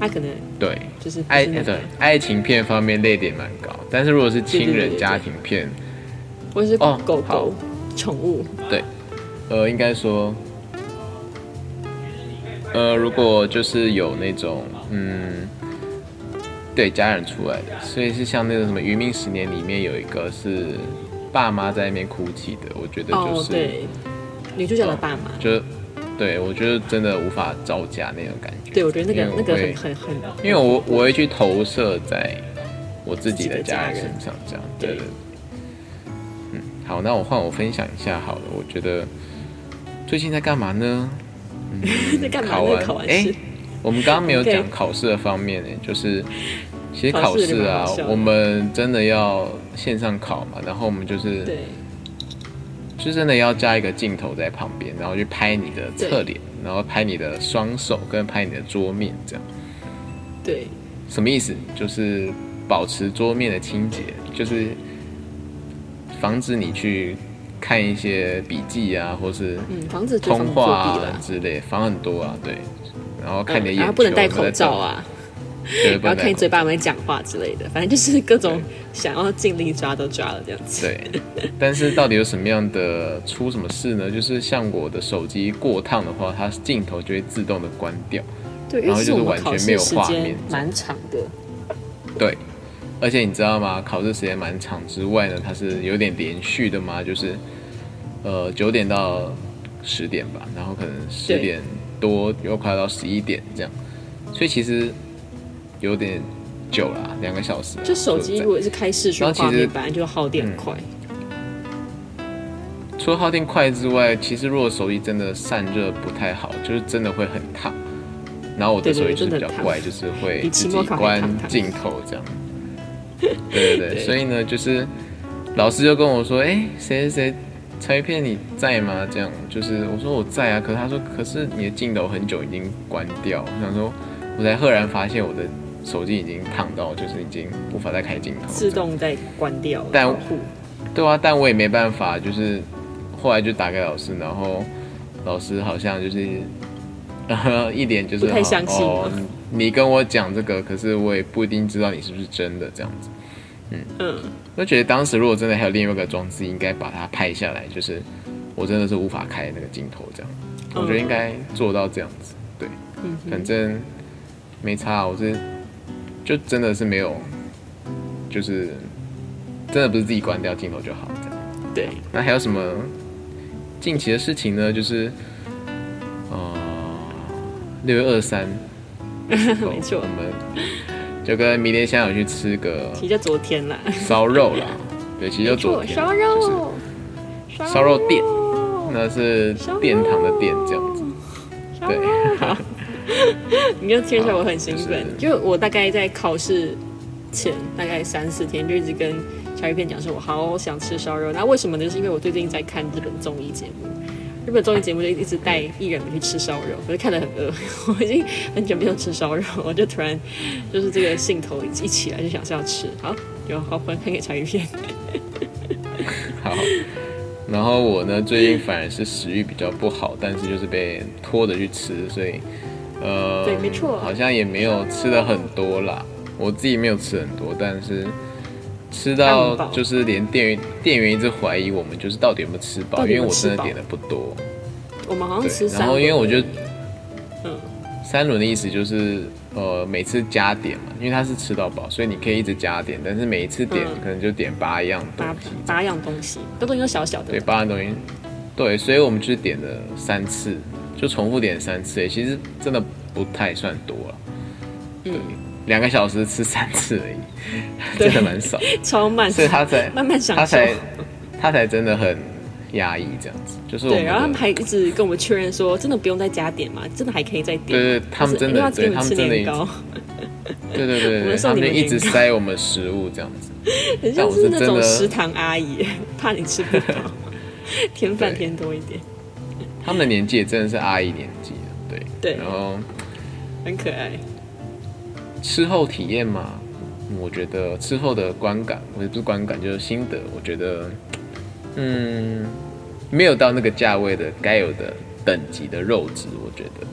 Speaker 2: 他可能
Speaker 3: 对
Speaker 2: 就是不
Speaker 3: 爱
Speaker 2: 是那
Speaker 3: 哎对
Speaker 2: 个，
Speaker 3: 爱情片方面泪点蛮高，但是如果是亲
Speaker 2: 对对对
Speaker 3: 人
Speaker 2: 对
Speaker 3: 家庭片，
Speaker 2: 或者是
Speaker 3: 哦
Speaker 2: 狗
Speaker 3: 好
Speaker 2: 狗、宠物，
Speaker 3: 呃，应该说，呃，如果就是有那种嗯，对家人出来的，所以是像那种什么《余命十年》里面有一个是爸妈在那边哭泣的，我觉得就
Speaker 2: 哦，
Speaker 3: 是。哦
Speaker 2: 对，女主角的爸妈，
Speaker 3: 就对我觉得真的无法招架那种感觉。
Speaker 2: 对我觉得那
Speaker 3: 因
Speaker 2: 个
Speaker 3: 为
Speaker 2: 那
Speaker 3: 我
Speaker 2: 个
Speaker 3: 会
Speaker 2: 很很很，
Speaker 3: 因为我我会去投射在我自己的家人
Speaker 2: 自己的家人
Speaker 3: 身上，这样对
Speaker 2: 对
Speaker 3: 对。对嗯，好，那我换我分享一下好了。我觉得最近在干嘛呢？嗯
Speaker 2: (laughs) 在干嘛
Speaker 3: 考
Speaker 2: 呢？
Speaker 3: 完
Speaker 2: 考完
Speaker 3: 哎
Speaker 2: 试，
Speaker 3: 我们刚刚没有
Speaker 2: OK
Speaker 3: 讲考试的方面呢、就是其实
Speaker 2: 考
Speaker 3: 考
Speaker 2: 试
Speaker 3: 试啊
Speaker 2: 蛮好笑，的
Speaker 3: 我们真的要线上考嘛，然后我们就是
Speaker 2: 对
Speaker 3: 就真的要加一个镜头在旁边，然后去拍你的侧脸，然后拍你的双手跟拍你的桌面，这样
Speaker 2: 对，
Speaker 3: 什么意思？就是保持桌面的清洁，就是防止你去看一些笔记啊，或是
Speaker 2: 嗯，防止对方
Speaker 3: 通
Speaker 2: 作
Speaker 3: 话
Speaker 2: 弊
Speaker 3: 啊
Speaker 2: 了。
Speaker 3: 之类，防很多啊，对。然后看你的
Speaker 2: 嗯
Speaker 3: 眼
Speaker 2: 然
Speaker 3: 球，
Speaker 2: 后不能戴口罩啊，
Speaker 3: 对，不
Speaker 2: 然
Speaker 3: 能
Speaker 2: 后
Speaker 3: 戴
Speaker 2: 看你
Speaker 3: 口
Speaker 2: 嘴巴有没有讲话之类的，反正就是各种想要尽力抓都抓了这样子。
Speaker 3: 对，但是到底有什么样的出什么事呢？就是像我的手机过烫的话，它镜头就会自动的关掉。
Speaker 2: 对，因
Speaker 3: 然
Speaker 2: 为
Speaker 3: 后
Speaker 2: 其实
Speaker 3: 就是
Speaker 2: 我们
Speaker 3: 完
Speaker 2: 考
Speaker 3: 全没
Speaker 2: 试
Speaker 3: 有
Speaker 2: 时
Speaker 3: 画
Speaker 2: 间
Speaker 3: 面
Speaker 2: 蛮长的，
Speaker 3: 对，而且你知道吗？考试时间蛮长之外呢，它是有点连续的嘛，就是呃九点到十点吧，然后可能十
Speaker 2: 对
Speaker 3: 点多又快到十一点这样，所以其实有点久了啊，两个小时啊。
Speaker 2: 就手
Speaker 3: 说
Speaker 2: 机
Speaker 3: 实在
Speaker 2: 如果是开视讯
Speaker 3: 然后其
Speaker 2: 画面，
Speaker 3: 实嗯
Speaker 2: 本来就耗电快。
Speaker 3: 除了耗电快之外，其实如果手机真的散热不太好，就是真的会很烫。然后我的
Speaker 2: 对对
Speaker 3: 手机
Speaker 2: 对
Speaker 3: 就是比
Speaker 2: 真的
Speaker 3: 较
Speaker 2: 烫
Speaker 3: 怪，就是会
Speaker 2: 比
Speaker 3: 自
Speaker 2: 期
Speaker 3: 己
Speaker 2: 末考还
Speaker 3: 关
Speaker 2: 烫烫
Speaker 3: 镜头
Speaker 2: (laughs)
Speaker 3: 这样。对对对，
Speaker 2: 对
Speaker 3: 所以呢，就是老师就跟我说：“哎、谁谁谁，蔡一片你在吗？”这样，就是我说我在啊，可是他说：“可是你的镜头很久已经关掉。”我想说，我才赫然发现我的手机已经烫到，就是已经无法再开镜头这
Speaker 2: 自
Speaker 3: 样，
Speaker 2: 动再关掉了
Speaker 3: 但
Speaker 2: 保护。
Speaker 3: 对啊，但我也没办法，就是后来就打给老师，然后老师好像就是，呃，一脸就是
Speaker 2: 不太相信啊
Speaker 3: 哦，你跟我讲这个，可是我也不一定知道你是不是真的这样子。
Speaker 2: 嗯，
Speaker 3: 我就觉得当时如果真的还有另外一个装置，应该把它拍下来，就是我真的是无法开那个镜头这样，我觉得应该做到这样子。对，
Speaker 2: 嗯哼
Speaker 3: 反正没差，我是就真的是没有，就是真的不是自己关掉镜头就好这样。
Speaker 2: 对，
Speaker 3: 那还有什么近期的事情呢？就是呃六月二三，
Speaker 2: (laughs) (laughs) 没错
Speaker 3: 我们就跟迷迭香有去吃个
Speaker 2: 其实就昨天啦，
Speaker 3: 烧肉啦。对，其实就昨
Speaker 2: (laughs)
Speaker 3: 天
Speaker 2: 烧
Speaker 3: 就是
Speaker 2: 肉，
Speaker 3: 烧肉店，那是殿堂的店这样子。
Speaker 2: 烧
Speaker 3: 对
Speaker 2: 肉。好
Speaker 3: (laughs)
Speaker 2: 你就听起来我很兴奋
Speaker 3: 好，
Speaker 2: 就我大概在考试前大概三四天就一直跟小鱼片讲说，我好想吃烧肉。那为什么呢？就是因为我最近在看日本综艺节目。日本综艺节目就一直带艺人们去吃烧肉，我就看得很饿， (laughs) 我已经很久没有吃烧肉，我就突然就是这个兴头一起来就想是要吃，好，有好分分给柴鱼片，
Speaker 3: 好，然后我呢，最近反而是食欲比较不好，但是就是被拖着去吃，所以呃，
Speaker 2: 对没错
Speaker 3: 好像也没有吃的很多啦。我自己没有吃很多，但是吃
Speaker 2: 很
Speaker 3: 到
Speaker 2: 饱
Speaker 3: 就是连店员店员一直怀疑我们就是到底有没有吃
Speaker 2: 到
Speaker 3: 饱，
Speaker 2: 底
Speaker 3: 因
Speaker 2: 有
Speaker 3: 为我
Speaker 2: 没有
Speaker 3: 真
Speaker 2: 吃
Speaker 3: 的
Speaker 2: 饱
Speaker 3: 点的不多。
Speaker 2: 我们好像吃
Speaker 3: 对，
Speaker 2: 三
Speaker 3: 然后
Speaker 2: 轮
Speaker 3: 因为我就
Speaker 2: 嗯，
Speaker 3: 三轮的意思就是，呃，每次加点嘛，因为它是吃到饱，所以你可以一直加点，但是每一次点
Speaker 2: 嗯
Speaker 3: 可能就点八样东
Speaker 2: 八
Speaker 3: 西，
Speaker 2: 八样东西，都东西都小小的
Speaker 3: 对，，八样东西，对，所以我们就是点了三次，就重复点三次，欸其实真的不太算多了。对，两个小时吃三次而已，
Speaker 2: 嗯对
Speaker 3: 真的蛮
Speaker 2: (laughs)
Speaker 3: 少，
Speaker 2: 超慢，
Speaker 3: 所以他才
Speaker 2: 慢慢享受
Speaker 3: 他才他才真的很压抑这样子，就是我
Speaker 2: 对，
Speaker 3: 们
Speaker 2: 然后他
Speaker 3: 的
Speaker 2: 们还一直跟我们确认说，真的不用再加点嘛，真的还可以再点。
Speaker 3: 对对他们
Speaker 2: 就是
Speaker 3: 真的
Speaker 2: 因为要请
Speaker 3: 对他们
Speaker 2: 吃
Speaker 3: 真的
Speaker 2: 年糕，
Speaker 3: 对对对
Speaker 2: 我
Speaker 3: 对，
Speaker 2: 们
Speaker 3: 他
Speaker 2: 送
Speaker 3: 们
Speaker 2: 你
Speaker 3: 就
Speaker 2: 们
Speaker 3: 一直
Speaker 2: 年糕
Speaker 3: 塞我们食物这样子。
Speaker 2: 很
Speaker 3: 但
Speaker 2: 像
Speaker 3: 我
Speaker 2: 是
Speaker 3: 是
Speaker 2: 那
Speaker 3: 真
Speaker 2: 种
Speaker 3: 的
Speaker 2: 食堂阿姨， (laughs) 怕你吃不饱，添饭
Speaker 3: 对
Speaker 2: 添多一点，
Speaker 3: 他们的年纪也真的是阿姨年纪了，对
Speaker 2: 对
Speaker 3: 然后
Speaker 2: 很可爱。
Speaker 3: 吃后体验嘛，我觉得吃后的观感，我也不是观感，就是心得，我觉得，嗯，没有到那个价位的该有的等级的肉质，我觉得。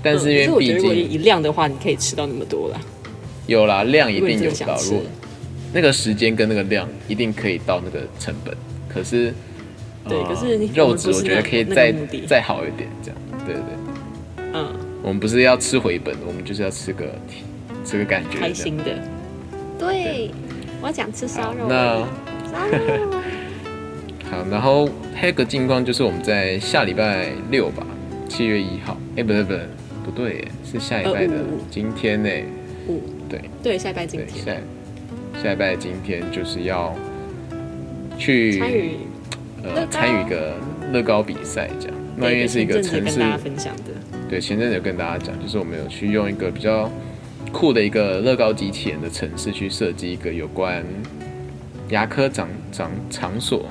Speaker 3: 但
Speaker 2: 嗯
Speaker 3: 是因为
Speaker 2: 可我觉
Speaker 3: 毕
Speaker 2: 得如果
Speaker 3: 竟
Speaker 2: 一量的话，你可以吃到那么多啦。
Speaker 3: 有啦，量一
Speaker 2: 如果你
Speaker 3: 定
Speaker 2: 真
Speaker 3: 有
Speaker 2: 的想
Speaker 3: 到，
Speaker 2: 吃
Speaker 3: 如果那个时间跟那个量一定可以到那个成本，可是呃
Speaker 2: 对，可是你
Speaker 3: 肉质我觉得可以再
Speaker 2: 那个目的
Speaker 3: 再好一点，这样，对对对。
Speaker 2: 嗯
Speaker 3: 我们不是要吃回本，我们就是要吃个体吃个感觉。
Speaker 2: 开心的。对，我想吃
Speaker 3: 这样。好
Speaker 2: 烧肉，
Speaker 3: 那
Speaker 2: 烧肉
Speaker 3: (laughs) 好，然后还有个近况就是我们在下礼拜六吧，七月一号。哎、不对不对，不对耶，是下礼拜的
Speaker 2: 呃五五
Speaker 3: 今天呢。
Speaker 2: 五
Speaker 3: 对
Speaker 2: 对，下一拜今
Speaker 3: 对，
Speaker 2: 天
Speaker 3: 下下礼拜的今天就是要
Speaker 2: 参
Speaker 3: 去
Speaker 2: 与乐
Speaker 3: 呃
Speaker 2: 高
Speaker 3: 参与一个乐高比赛这样。那因为是一个
Speaker 2: 前阵
Speaker 3: 城
Speaker 2: 子
Speaker 3: 市
Speaker 2: 跟大家分享的，
Speaker 3: 对，前阵子有跟大家讲，就是我们有去用一个比较酷的一个乐高机器人的城市去设计一个有关牙科长长场所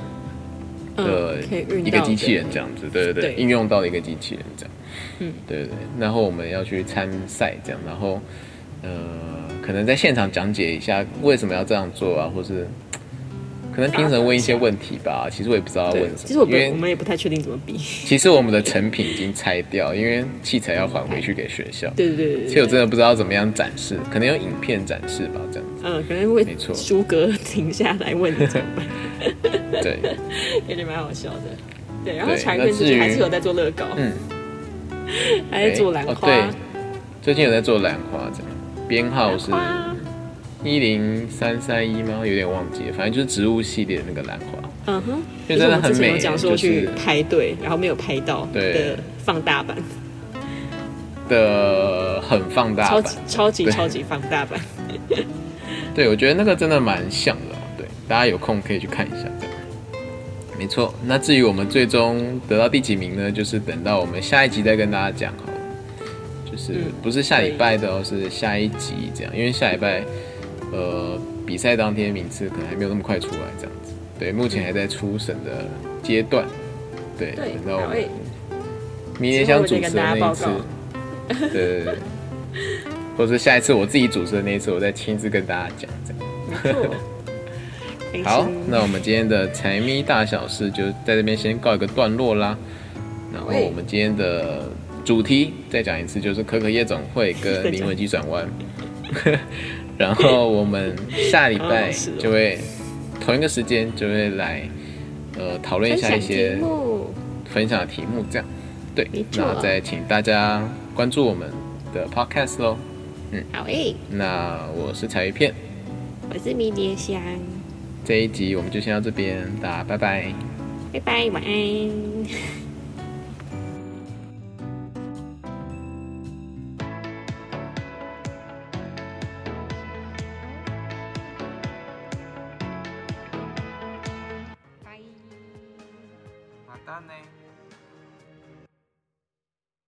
Speaker 3: 的
Speaker 2: 嗯，可以运
Speaker 3: 一个
Speaker 2: 到
Speaker 3: 机器
Speaker 2: 的
Speaker 3: 人这样子，对对对，
Speaker 2: 对
Speaker 3: 应用到的一个机器人这样，
Speaker 2: 嗯，
Speaker 3: 对对对。然后我们要去参赛这样，然后呃，可能在现场讲解一下为什么要这样做啊，或是可能评审问一些问题吧，其实我也不知道问
Speaker 2: 对
Speaker 3: 什么。，
Speaker 2: 其实我
Speaker 3: 因
Speaker 2: 们
Speaker 3: 为
Speaker 2: 我们也不太确定怎么比。
Speaker 3: 其实我们的成品已经拆掉，因为器材要还回去给学校。
Speaker 2: 对对对对
Speaker 3: 其
Speaker 2: 对，
Speaker 3: 实我真的不知道怎么样展示，可能用影片展示吧，这样
Speaker 2: 嗯，可能会
Speaker 3: 没错
Speaker 2: 舒哥停下来问你
Speaker 3: (laughs)
Speaker 2: 怎么办，
Speaker 3: 对，
Speaker 2: 感觉蛮好笑的。对，然后
Speaker 3: 对
Speaker 2: 柴
Speaker 3: 那
Speaker 2: 根就
Speaker 3: 至
Speaker 2: 是
Speaker 3: 于
Speaker 2: 还是有在做乐高，
Speaker 3: 嗯，
Speaker 2: (laughs) 还在做兰
Speaker 3: 哎
Speaker 2: 花，
Speaker 3: 哦。对，最近有在做兰花，这样编号
Speaker 2: 兰
Speaker 3: 是
Speaker 2: 花，
Speaker 3: 一零三三一吗？有点忘记了，反正就是植物系列的那个兰花。
Speaker 2: 嗯哼，
Speaker 3: 就
Speaker 2: 就是
Speaker 3: 真
Speaker 2: 我
Speaker 3: 的
Speaker 2: 们
Speaker 3: 很
Speaker 2: 之前有
Speaker 3: 美
Speaker 2: 讲
Speaker 3: 就
Speaker 2: 说去
Speaker 3: 是
Speaker 2: 排队，然后没有排到
Speaker 3: 对
Speaker 2: 的放大版，
Speaker 3: 的很放大
Speaker 2: 超
Speaker 3: 版
Speaker 2: 级，超级
Speaker 3: 对
Speaker 2: 超级放
Speaker 3: (laughs)
Speaker 2: 大版。
Speaker 3: 对我觉得那个真的蛮像的哦，对，大家有空可以去看一下。这样没错，那至于我们最终得到第几名呢？就是等到我们下一集再跟大家讲好了，就是
Speaker 2: 嗯
Speaker 3: 不是下礼拜的哦，是下一集这样，因为下礼拜呃比赛当天名次可能还没有那么快出来这样子，对，目前还在初审的阶段，对，
Speaker 2: 嗯对
Speaker 3: 等到我
Speaker 2: 然后
Speaker 3: 们
Speaker 2: 也
Speaker 3: 明年想主持的那一次
Speaker 2: 之后我，
Speaker 3: 对对 (laughs) 对，或者是下一次我自己主持的那一次，我再亲自跟大家讲这样。
Speaker 2: 没错，开
Speaker 3: 好
Speaker 2: 心，
Speaker 3: 那我们今天的财迷大小事就在这边先告一个段落啦。然后
Speaker 2: 喂
Speaker 3: 我们今天的主题再讲一次，就是可可夜总会
Speaker 2: 再
Speaker 3: 跟
Speaker 2: 讲
Speaker 3: 灵魂急转弯。 (laughs) 然后我们下礼
Speaker 2: 好
Speaker 3: 拜
Speaker 2: 好笑
Speaker 3: 就会同一个时间就会来呃讨论一
Speaker 2: 分
Speaker 3: 下
Speaker 2: 享
Speaker 3: 一
Speaker 2: 题
Speaker 3: 些
Speaker 2: 目，
Speaker 3: 分享的题目，这样对
Speaker 2: 没。错
Speaker 3: 那再请大家关注我们的 podcast 喽。
Speaker 2: 好诶，
Speaker 3: 那我是彩鱼片，
Speaker 2: 我是迷迭香，
Speaker 3: 这一集我们就先到这边，大家拜拜。
Speaker 2: 拜拜，晚安。
Speaker 3: またね。